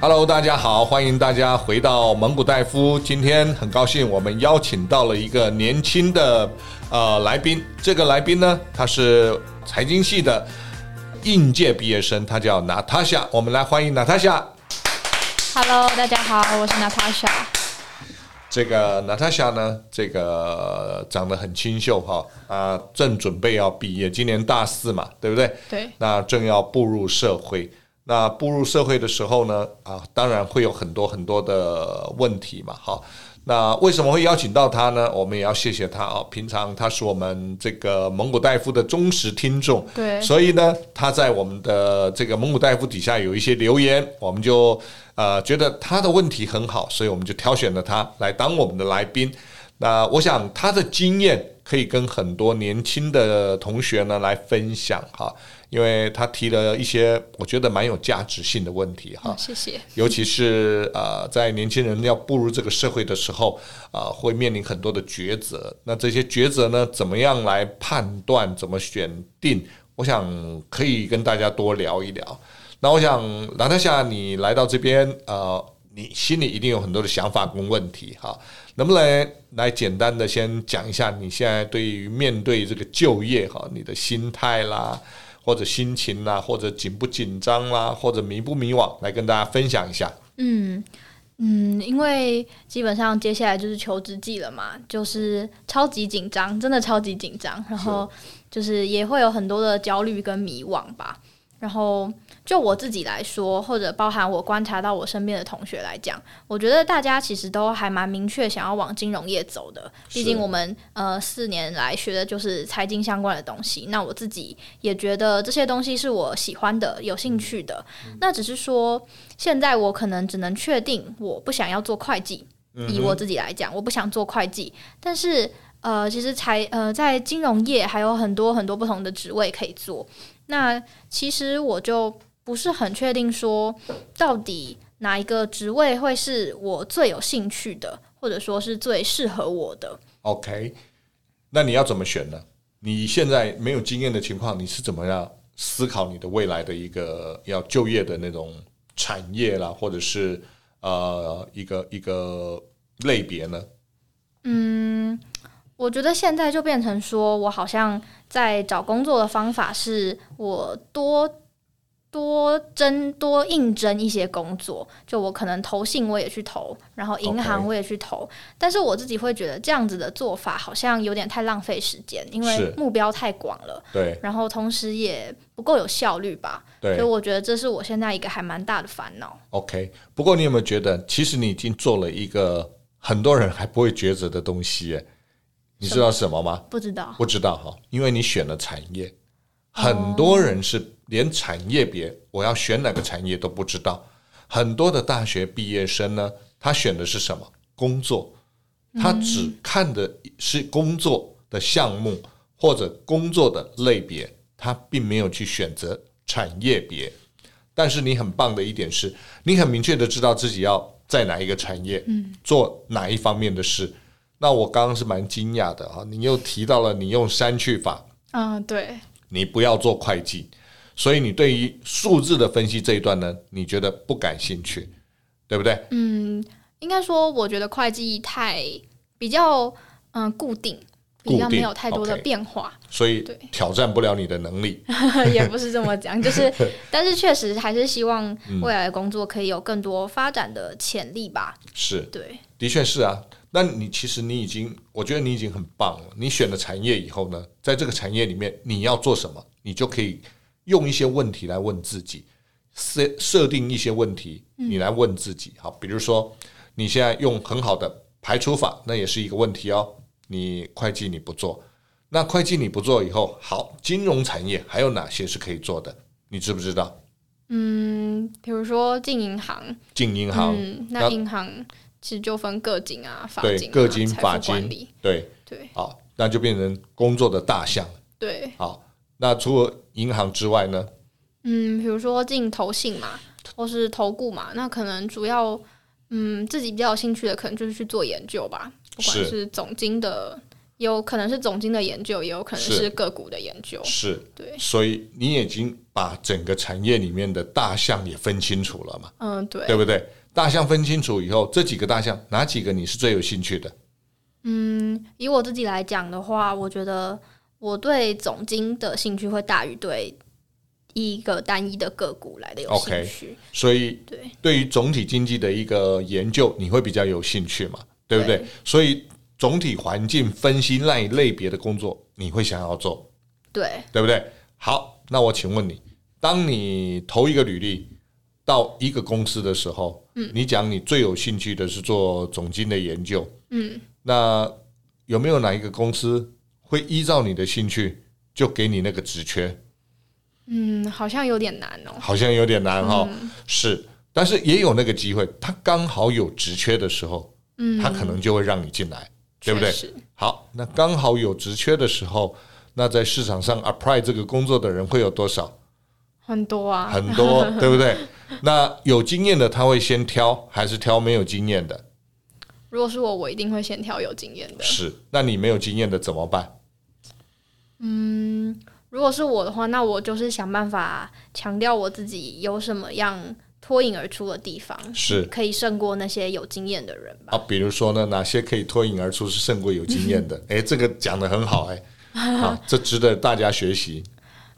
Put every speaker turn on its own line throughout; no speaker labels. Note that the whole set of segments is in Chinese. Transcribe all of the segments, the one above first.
Hello，大家好，欢迎大家回到蒙古大夫。今天很高兴，我们邀请到了一个年轻的呃来宾。这个来宾呢，他是财经系的应届毕业生，他叫娜塔夏。我们来欢迎娜塔夏。
Hello，大家好，我是 Natasha。
这个娜塔夏呢，这个长得很清秀哈啊，正准备要毕业，今年大四嘛，对不对？
对，
那正要步入社会。那步入社会的时候呢，啊，当然会有很多很多的问题嘛。好，那为什么会邀请到他呢？我们也要谢谢他啊。平常他是我们这个蒙古大夫的忠实听众，
对
所以呢，他在我们的这个蒙古大夫底下有一些留言，我们就呃觉得他的问题很好，所以我们就挑选了他来当我们的来宾。那我想他的经验可以跟很多年轻的同学呢来分享哈，因为他提了一些我觉得蛮有价值性的问题哈
好，。谢谢。
尤其是呃，在年轻人要步入这个社会的时候，啊、会面临很多的抉择。那这些抉择呢，怎么样来判断，怎么选定？我想可以跟大家多聊一聊。那我想，兰特夏，你来到这边，呃，你心里一定有很多的想法跟问题哈。能不能来简单的先讲一下你现在对于面对这个就业哈，你的心态啦，或者心情啦，或者紧不紧张啦，或者迷不迷惘，来跟大家分享一下。
嗯嗯，因为基本上接下来就是求职季了嘛，就是超级紧张，真的超级紧张，然后就是也会有很多的焦虑跟迷惘吧。然后就我自己来说，或者包含我观察到我身边的同学来讲，我觉得大家其实都还蛮明确想要往金融业走的。
是
毕竟我们呃四年来学的就是财经相关的东西，那我自己也觉得这些东西是我喜欢的、有兴趣的。那只是说，现在我可能只能确定我不想要做会计，以我自己来讲，我不想做会计。但是呃，其实财呃在金融业还有很多很多不同的职位可以做。那其实我就不是很确定说到底哪一个职位会是我最有兴趣的，或者说是最适合我的。
OK，那你要怎么选呢？你现在没有经验的情况，你是怎么样思考你的未来的一个要就业的那种产业啦，或者是呃一个一个类别呢？
我觉得现在就变成说，我好像在找工作的方法是我多多征多应征一些工作，就我可能投信我也去投，然后银行
OK
我也去投但是我自己会觉得这样子的做法好像有点太浪费时间，因
是
为目标太广了，
对
然后同时也不够有效率吧，所以
对
我觉得这是我现在一个还蛮大的烦恼。
，OK。不过你有没有觉得，其实你已经做了一个很多人还不会抉择的东西耶？你知道什么吗？
不知道，
不知道哈，因为你选了产业，很多人是连产业别我要选哪个产业都不知道。很多的大学毕业生呢，他选的是什么工作？他只看的是工作的项目或者工作的类别，他并没有去选择产业别。但是你很棒的一点是，你很明确的知道自己要在哪一个产业，做哪一方面的事。那我刚刚是蛮惊讶的啊，你又提到了你用删去法，
嗯，对，
你不要做会计，所以你对于数字的分析这一段呢，你觉得不感兴趣，对不对？
嗯，应该说，我觉得会计太比较嗯固定，
固
比较没
定
有太多的
，OK
变化，
所以
对
挑战不了你的能力。
也不是这么讲， 就是，但是确实还是希望
嗯
未来的工作可以有更多发展的潜力吧。
是，
对，
的确是啊。那你其实你已经，我觉得你已经很棒了。你选了产业以后呢，在这个产业里面你要做什么，你就可以用一些问题来问自己，设设定一些问题，你来问自己。好，比如说你现在用很好的排除法，那也是一个问题哦。你会计你不做，那会计你不做以后，好，金融产业还有哪些是可以做的？你知不知道？
嗯，比如说进银行，
进银行，
嗯，
那
那银行其实就分个金啊、法
对
金、啊、
个金
财富
法
管
金
理，
对，
对
好，那就变成工作的大项。
对，
好，那除了银行之外呢？
嗯，比如说进投信嘛，或是投顾嘛，那可能主要，嗯，自己比较有兴趣的，可能就是去做研究吧，不管
是
是总经的有可能是总经的研究，也有可能
是
是个股的研究。
是，
对，
所以你已经把整个产业里面的大象也分清楚了嘛，
嗯，对，
对不对？大象分清楚以后，这几个大象哪几个你是最有兴趣的？
以我自己来讲的话，我觉得我对总经的兴趣会大于对一个单一的个股来的有兴
OK
趣。
所以
对，
对于总体经济的一个研究，你会比较有兴趣嘛，对不对？
对
所以总体环境分析那一类别的工作，你会想要做，
对，
对不对？好，那我请问你，当你投一个履历到一个公司的时候，嗯，你讲你最有兴趣的是做总经的研究，
嗯，
那有没有哪一个公司会依照你的兴趣就给你那个职缺？
嗯，好像有点难哦。嗯
好像有点难哈、是，但是也有那个机会，他刚好有职缺的时候，
嗯，
他可能就会让你进来，对不对
确？实？
好，那刚好有职缺的时候，那在市场上 apply 这个工作的人会有多少？
很多啊，
很多，对不对？那有经验的他会先挑，还是挑没有经验的？
如果是我，我一定会先挑有经验的。
是，那你没有经验的怎么办？
如果是我的话，那我就是想办法强调我自己有什么样脱颖而出的地方，
是
可以胜过那些有经验的人吧。
啊，比如说呢，哪些可以脱颖而出是胜过有经验的？诶，这个讲的很好、诶，哎，好，这值得大家学习。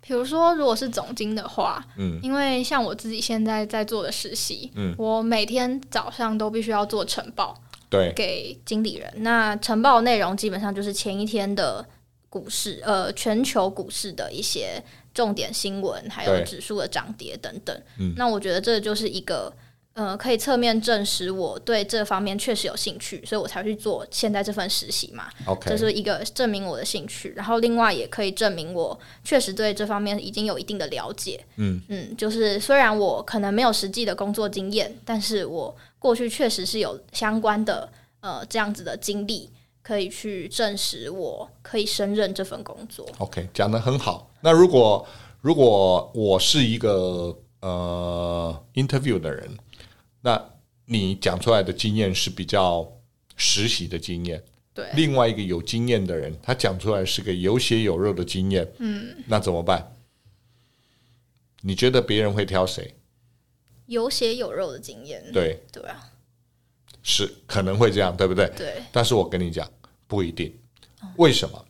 比如说，如果是总经的话，
嗯，
因为像我自己现在在做的实习，
嗯，
我每天早上都必须要做晨报
对，
给经理人。那晨报内容基本上就是前一天的股市，呃，全球股市的一些重点新闻，还有
对
指数的涨跌等等。
嗯
那我觉得这就是一个。呃，可以侧面证实我对这方面确实有兴趣，所以我才去做现在这份实习嘛。
OK，
这是一个证明我的兴趣，然后另外也可以证明我确实对这方面已经有一定的了解。
嗯
嗯，就是虽然我可能没有实际的工作经验，但是我过去确实是有相关的呃这样子的经历，可以去证实我可以胜任这份工作。
OK，讲的很好。那如果如果我是一个呃 interview 的人，那你讲出来的经验是比较实习的经验，
对，
另外一个有经验的人，他讲出来是个有血有肉的经验，嗯，那怎么办？你觉得别人会挑谁？
有血有肉的经验。
对，
对啊，
是可能会这样，对不对？
对，
但是我跟你讲，不一定。为什么？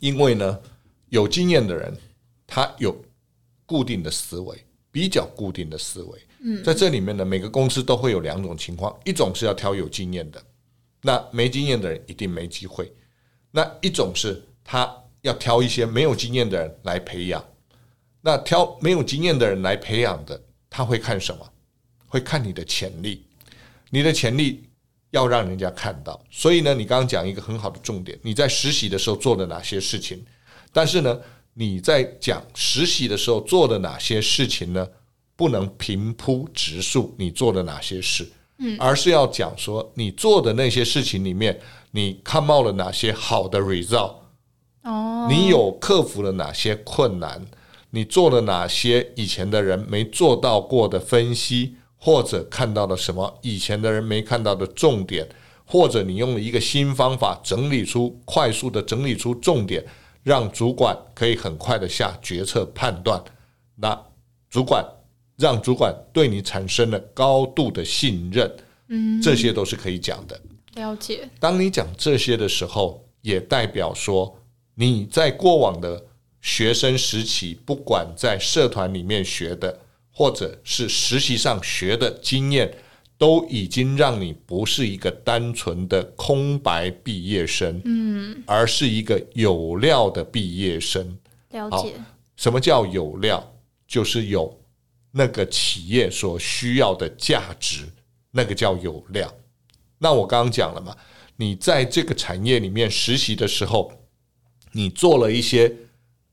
因为呢，有经验的人，他有固定的思维，比较固定的思维。嗯，在这里面呢，每个公司都会有两种情况，一种是要挑有经验的，那没经验的人一定没机会；那一种是他要挑一些没有经验的人来培养。那挑没有经验的人来培养的，他会看什么？会看你的潜力。你的潜力要让人家看到。所以呢，你刚刚讲一个很好的重点，你在实习的时候做了哪些事情？但是呢，你在讲实习的时候做了哪些事情呢？不能平铺直述你做了哪些事，嗯，而是要讲说你做的那些事情里面，你看到了哪些好的 result，
哦，
你有克服了哪些困难？你做了哪些以前的人没做到过的分析，或者看到了什么以前的人没看到的重点，或者你用了一个新方法整理出快速的整理出重点，让主管可以很快的下决策判断。那主管让主管对你产生了高度的信任，嗯，这些都是可以讲的。
了解，
当你讲这些的时候，也代表说你在过往的学生时期，不管在社团里面学的，或者是实习上学的经验，都已经让你不是一个单纯的空白毕业生，嗯，而是一个有料的毕业生。
了
好
解，
什么叫有料？就是有那个企业所需要的价值，那个叫有料。那我刚刚讲了嘛，你在这个产业里面实习的时候，你做了一些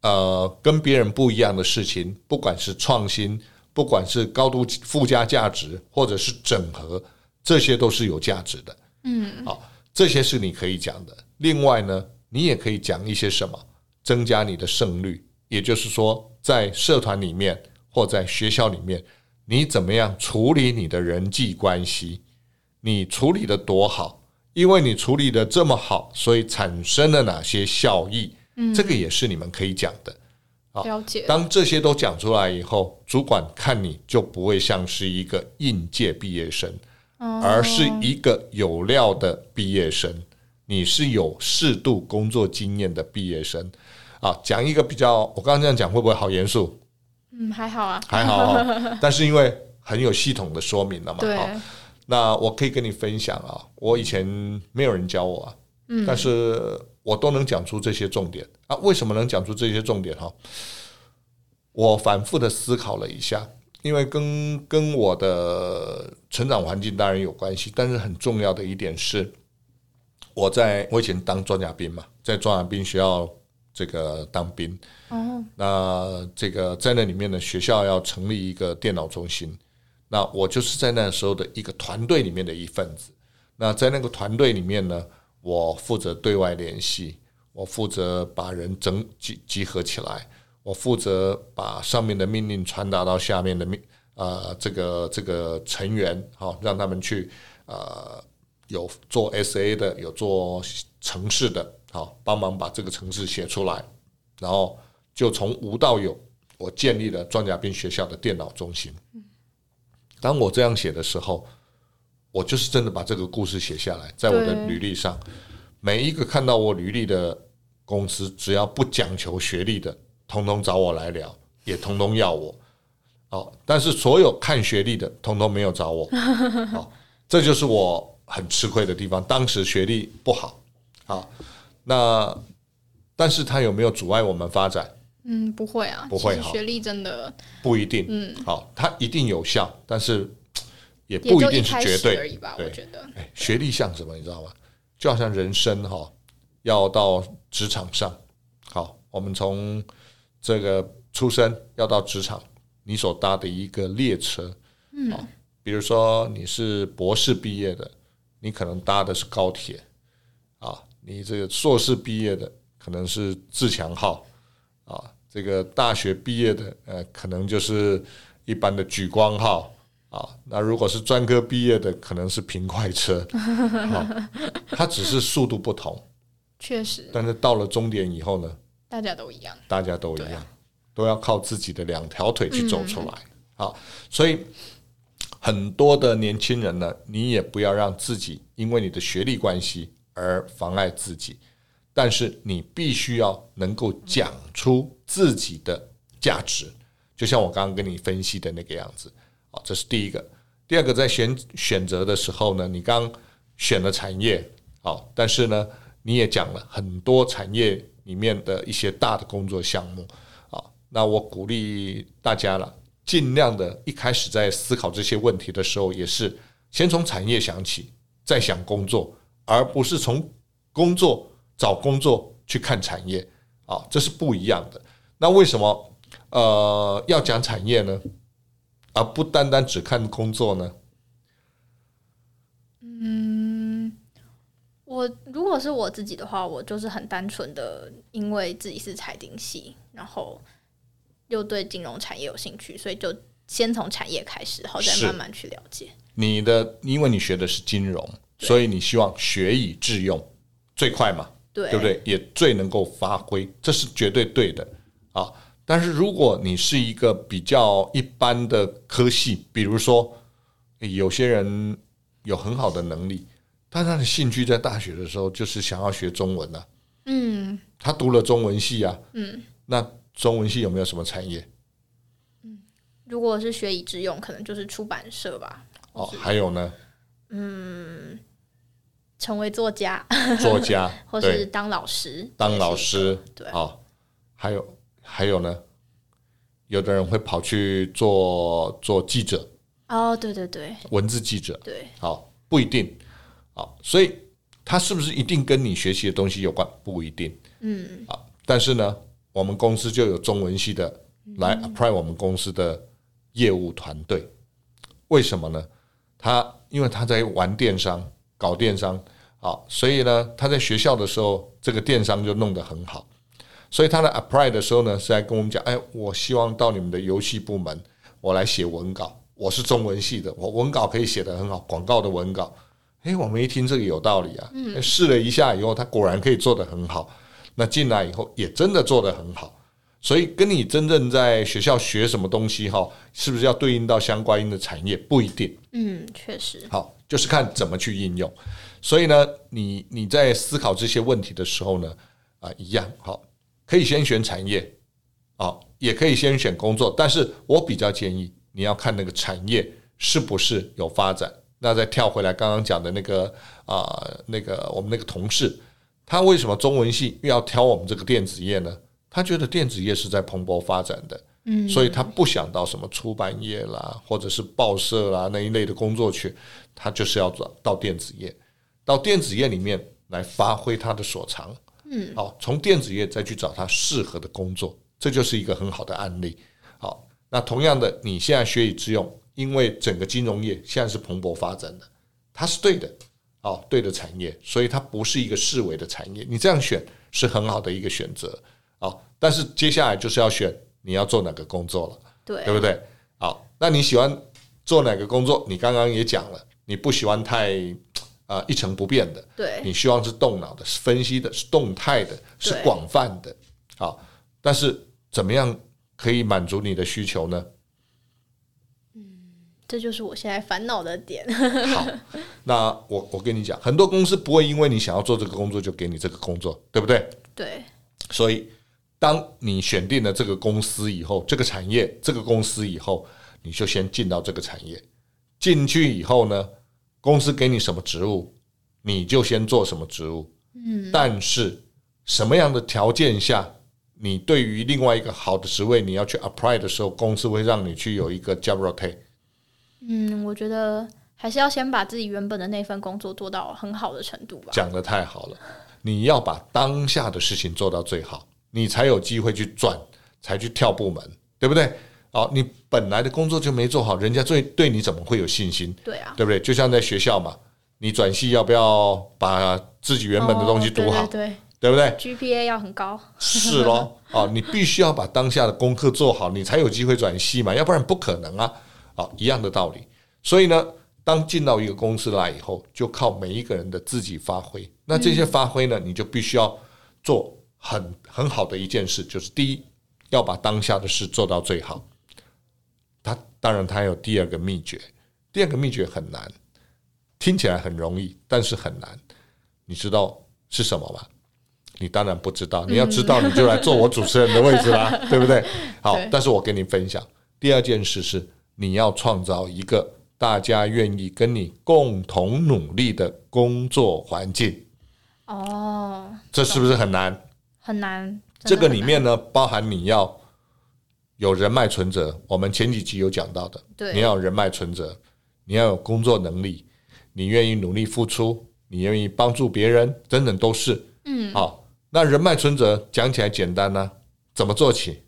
呃跟别人不一样的事情，不管是创新，不管是高度附加价值，或者是整合，这些都是有价值的。嗯，好，这些是你可以讲的。另外呢，你也可以讲一些什么，增加你的胜率，也就是说，在社团里面或在学校里面，你怎么样处理你的人际关系？你处理的多好，因为你处理的这么好，所以产生了哪些效益？嗯，这个也是你们可以讲的。好
了解。
当这些都讲出来以后，主管看你就不会像是一个应届毕业生，而是一个有料的毕业生。你是有适度工作经验的毕业生啊。讲一个比较，我刚刚这样讲会不会好严肃？
嗯，还好啊。
还好、哦，但是因为很有系统的说明了嘛。哦
对，
好那我可以跟你分享啊，我以前没有人教我啊，但是我都能讲出这些重点啊。为什么能讲出这些重点哈、我反复的思考了一下，因为跟跟我的成长环境当然有关系，但是很重要的一点是，我在我以前当装甲兵嘛，在装甲兵学校这个当兵，
哦，
那这个在那里面呢，学校要成立一个电脑中心，那我就是在那时候的一个团队里面的一份子。那在那个团队里面呢，我负责对外联系，我负责把人整集集合起来，我负责把上面的命令传达到下面的命啊、这个这个成员，好、让他们去呃有做 SA 的，有做城市的，好、帮忙把这个城市写出来，然后就从无到有，我建立了装甲兵学校的电脑中心。当我这样写的时候，我就是真的把这个故事写下来，在我的
对
履历上，每一个看到我履历的公司，只要不讲求学历的，通通找我来聊，也通通要我。哦，但是所有看学历的，通通没有找我。哦，这就是我很吃亏的地方。当时学历不好，好，那但是它有没有阻碍我们发展？
嗯，不会啊，
不会
其实
哈
学历真的
不一定，嗯，好，它一定有效，但是也
也
不一
就一
定是
开
绝
始而
对。
已吧，
对
我觉得。
哎学历像什么，你知道吗？就好像人生哈、要到职场上，好，我们从这个出生要到职场，你所搭的一个列车，嗯，比如说你是博士毕业的，你可能搭的是高铁，啊，你这个硕士毕业的可能是自强号，啊，这个大学毕业的，呃，可能就是一般的莒光号。啊，那如果是专科毕业的，可能是平快车，啊，它只是速度不同，
确实，
但是到了终点以后呢，
大家都一样。
大家都一
对
样，都要靠自己的两条腿去走出来。好，所以很多的年轻人呢，你也不要让自己因为你的学历关系而妨碍自己，但是你必须要能够讲出自己的价值，就像我刚刚跟你分析的那个样子。好，这是第一个。第二个，在选选择的时候呢，你刚选了产业，好，但是呢，你也讲了很多产业里面的一些大的工作项目，啊，那我鼓励大家了，尽量的一开始在思考这些问题的时候，也是先从产业想起，再想工作，而不是从工作找工作去看产业，啊，这是不一样的。那为什么呃要讲产业呢？而不单单只看工作呢？
我如果是我自己的话，我就是很单纯的，因为自己是财经系，然后又对金融产业有兴趣，所以就先从产业开始，然后再
是
慢慢去了解。
你的因为你学的是金融，所以你希望学以致用，最快嘛，
对，
对不？对？也最能够发挥，这是绝对对的啊。但是如果你是一个比较一般的科系，比如说诶有些人有很好的能力，但他的兴趣在大学的时候就是想要学中文啊，
嗯，
他读了中文系啊，嗯，那中文系有没有什么产业？
如果是学以致用，可能就是出版社吧，
哦，还有呢，
成为作家，
作家
或是
对，
当老师。
当老师，
对
好、还有还有呢，有的人会跑去做做记者，
哦，对对对
文字记者，
对，
好，不一定，好，所以他是不是一定跟你学习的东西有关？不一定，嗯，啊，但是呢，我们公司就有中文系的来 apply 我们公司的业务团队，为什么呢？他因为他在玩电商，搞电商，啊，所以呢，他在学校的时候，这个电商就弄得很好。所以他的 apply 的时候呢，是在跟我们讲，哎，我希望到你们的游戏部门，我来写文稿。我是中文系的，我文稿可以写得很好，广告的文稿。诶，我们一听这个有道理啊，试了一下以后，他果然可以做得很好。那进来以后也真的做得很好，所以跟你真正在学校学什么东西哈，是不是要对应到相关的产业不一定。
嗯，确实，
好，就是看怎么去应用。所以呢，你你在思考这些问题的时候呢，啊，一样好，可以先选产业，啊，也可以先选工作，但是我比较建议你要看那个产业是不是有发展。那再跳回来刚刚讲的那个啊、那个我们那个同事，他为什么中文系又要挑我们这个电子业呢？他觉得电子业是在蓬勃发展的，
嗯，
所以他不想到什么出版业啦，或者是报社啦那一类的工作去，他就是要转到电子业，到电子业里面来发挥他的所长。嗯，好，从电子业再去找他适合的工作，这就是一个很好的案例。好，那同样的，你现在学以致用，因为整个金融业现在是蓬勃发展的，它是对的，哦，对的产业，所以它不是一个视为的产业。你这样选是很好的一个选择，哦，但是接下来就是要选你要做哪个工作了。
对，
对不对？好，那你喜欢做哪个工作？你刚刚也讲了，你不喜欢太呃一成不变的，
对，
你希望是动脑的、是分析的、是动态的、是
对
广泛的。好，但是怎么样可以满足你的需求 呢？
这就是我现在烦恼的点。
好，那我我跟你讲，很多公司不会因为你想要做这个工作就给你这个工作，对不对？
对，
所以，当你选定了这个公司以后，这个产业、这个公司以后，你就先进到这个产业。进去以后呢，公司给你什么职务，你就先做什么职务。嗯，但是什么样的条件下，你对于另外一个好的职位，你要去 apply 的时候，公司会让你去有一个 job rotate。
嗯，我觉得还是要先把自己原本的那份工作做到很好的程度吧。
讲的太好了，你要把当下的事情做到最好，你才有机会去转，才去跳部门，对不对？哦，你本来的工作就没做好，人家最对你怎么会有信心，
对啊，
对不对？就像在学校嘛，你转系要不要把自己原本的东西读好，
哦对
对不对？
对对，GPA 要很高。
是咯，哦，你必须要把当下的功课做好，你才有机会转系嘛，要不然不可能啊。哦，一样的道理。所以呢，当进到一个公司来以后，就靠每一个人的自己发挥。那这些发挥呢，你就必须要做很很好的一件事，就是第一，要把当下的事做到最好。他当然，他有第二个秘诀，第二个秘诀很难，听起来很容易，但是很难。你知道是什么吗？你当然不知道，你要知道你就来坐我主持人的位置啦， 对不嗯对？好
对，
但是我跟你分享，第二件事是你要创造一个大家愿意跟你共同努力的工作环境，
哦，
这是不是很难？
很难。
这
真的
个
很
里面呢，包含你要有人脉存折，我们前几集有讲到的，
难对，
你要有人脉存折，你要有工作能力，你愿意努力付出，你愿意帮助别人，等等都是。嗯，好，那人脉存折讲起来简单呢、怎么做起？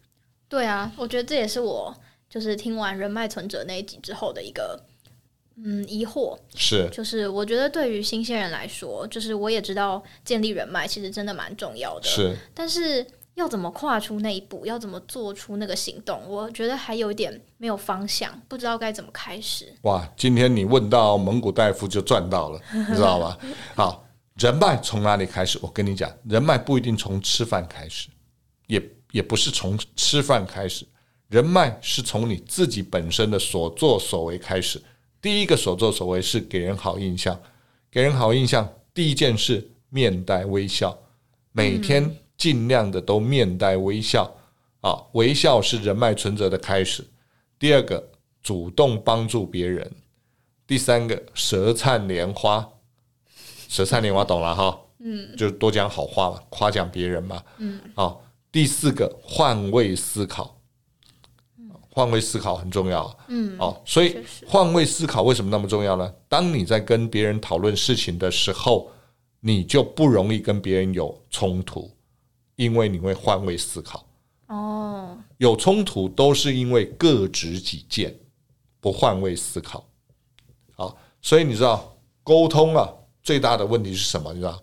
对啊，我觉得这也是我就是听完人脉存折那一集之后的一个嗯疑惑，
是
就是我觉得对于新鲜人来说，就是我也知道建立人脉其实真的蛮重要的，
是，
但是要怎么跨出那一步，要怎么做出那个行动，我觉得还有一点没有方向，不知道该怎么开始。
哇，今天你问到蒙古大夫就赚到了，你知道吗？好，人脉从哪里开始？我跟你讲，人脉不一定从吃饭开始，也也不是从吃饭开始，人脉是从你自己本身的所作所为开始。第一个所作所为是给人好印象，给人好印象，第一件事面带微笑，每天尽量的都面带微笑啊，微笑是人脉存折的开始。第二个，主动帮助别人；第三个，舌灿莲花。舌灿莲花懂了哈，嗯，就多讲好话嘛，夸奖别人嘛，嗯，好。第四个，换位思考，啊换位思考很重要啊，嗯，哦，所以
确实
换位思考为什么那么重要呢？当你在跟别人讨论事情的时候，你就不容易跟别人有冲突，因为你会换位思考。
哦，
有冲突都是因为各执己见，不换位思考。好，所以你知道沟通啊，最大的问题是什么？你知道，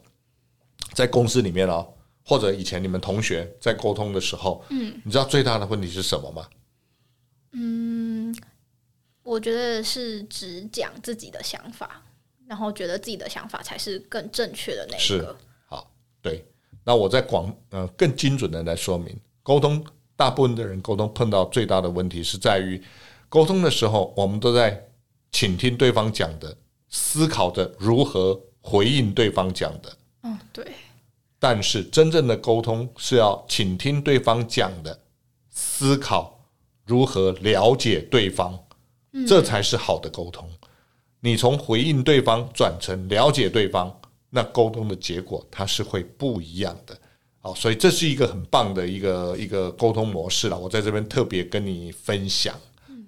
在公司里面啊，或者以前你们同学在沟通的时候，嗯，你知道最大的问题是什么吗？
我觉得是只讲自己的想法，然后觉得自己的想法才是更正确的那一
是
个。
好，对。那我再广呃更精准的来说明，沟通大部分的人沟通碰到最大的问题是在于，沟通的时候我们都在倾听对方讲的，思考着如何回应对方讲的。
嗯，对，
但是真正的沟通是要倾听对方讲的，思考如何了解对方，这才是好的沟通。你从回应对方转成了解对方，那沟通的结果它是会不一样的。好，所以这是一个很棒的一个一个沟通模式了。我在这边特别跟你分享。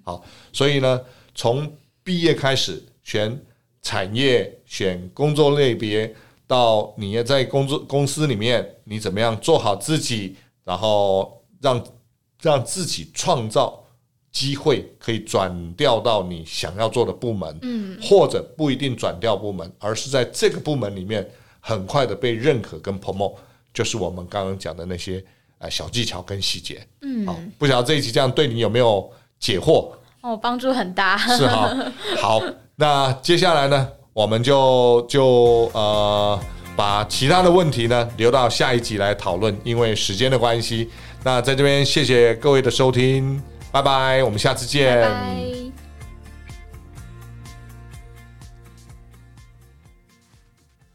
好，所以呢，从毕业开始选产业、选工作类别，到你也在工作公司里面，你怎么样做好自己，然后让让自己创造机会，可以转调到你想要做的部门，嗯，或者不一定转调部门，而是在这个部门里面很快的被认可跟 promote，就是我们刚刚讲的那些呃小技巧跟细节。
嗯，
好，不晓得这一集这样对你有没有解惑？
哦，帮助很大。
是哈。好，那接下来呢，我们就就呃把其他的问题呢留到下一集来讨论，因为时间的关系。那在这边谢谢各位的收听，拜拜，我们下次见。
拜拜。